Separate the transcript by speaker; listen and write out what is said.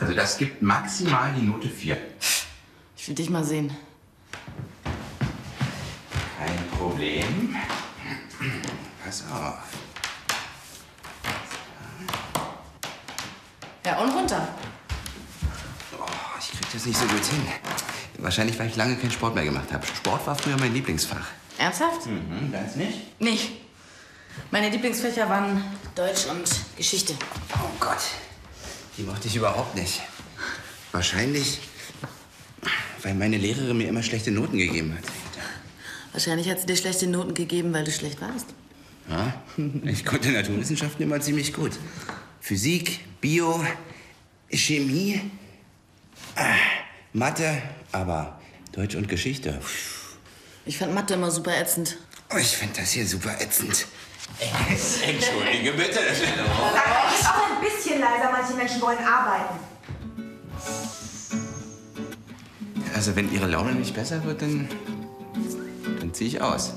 Speaker 1: Also das gibt maximal die Note 4.
Speaker 2: Ich will dich mal sehen.
Speaker 1: Kein Problem. Pass auf.
Speaker 2: Ja, und runter.
Speaker 1: Oh, ich krieg das nicht so gut hin. Wahrscheinlich, weil ich lange keinen Sport mehr gemacht habe. Sport war früher mein Lieblingsfach.
Speaker 2: Ernsthaft?
Speaker 1: Mhm, ganz nicht?
Speaker 2: Nicht. Meine Lieblingsfächer waren Deutsch und Geschichte.
Speaker 1: Oh Gott, die mochte ich überhaupt nicht. Wahrscheinlich, weil meine Lehrerin mir immer schlechte Noten gegeben hat.
Speaker 2: Wahrscheinlich hat sie dir schlechte Noten gegeben, weil du schlecht warst.
Speaker 1: Ja, ich konnte Naturwissenschaften immer ziemlich gut. Physik, Bio, Chemie, äh, Mathe, aber Deutsch und Geschichte.
Speaker 2: Ich fand Mathe immer super ätzend.
Speaker 1: Oh, ich finde das hier super ätzend. Entschuldige bitte. das ist doch-
Speaker 3: Sag ist auch ein bisschen leiser. Manche Menschen wollen arbeiten.
Speaker 1: Also wenn Ihre Laune nicht besser wird, dann, dann ziehe ich aus.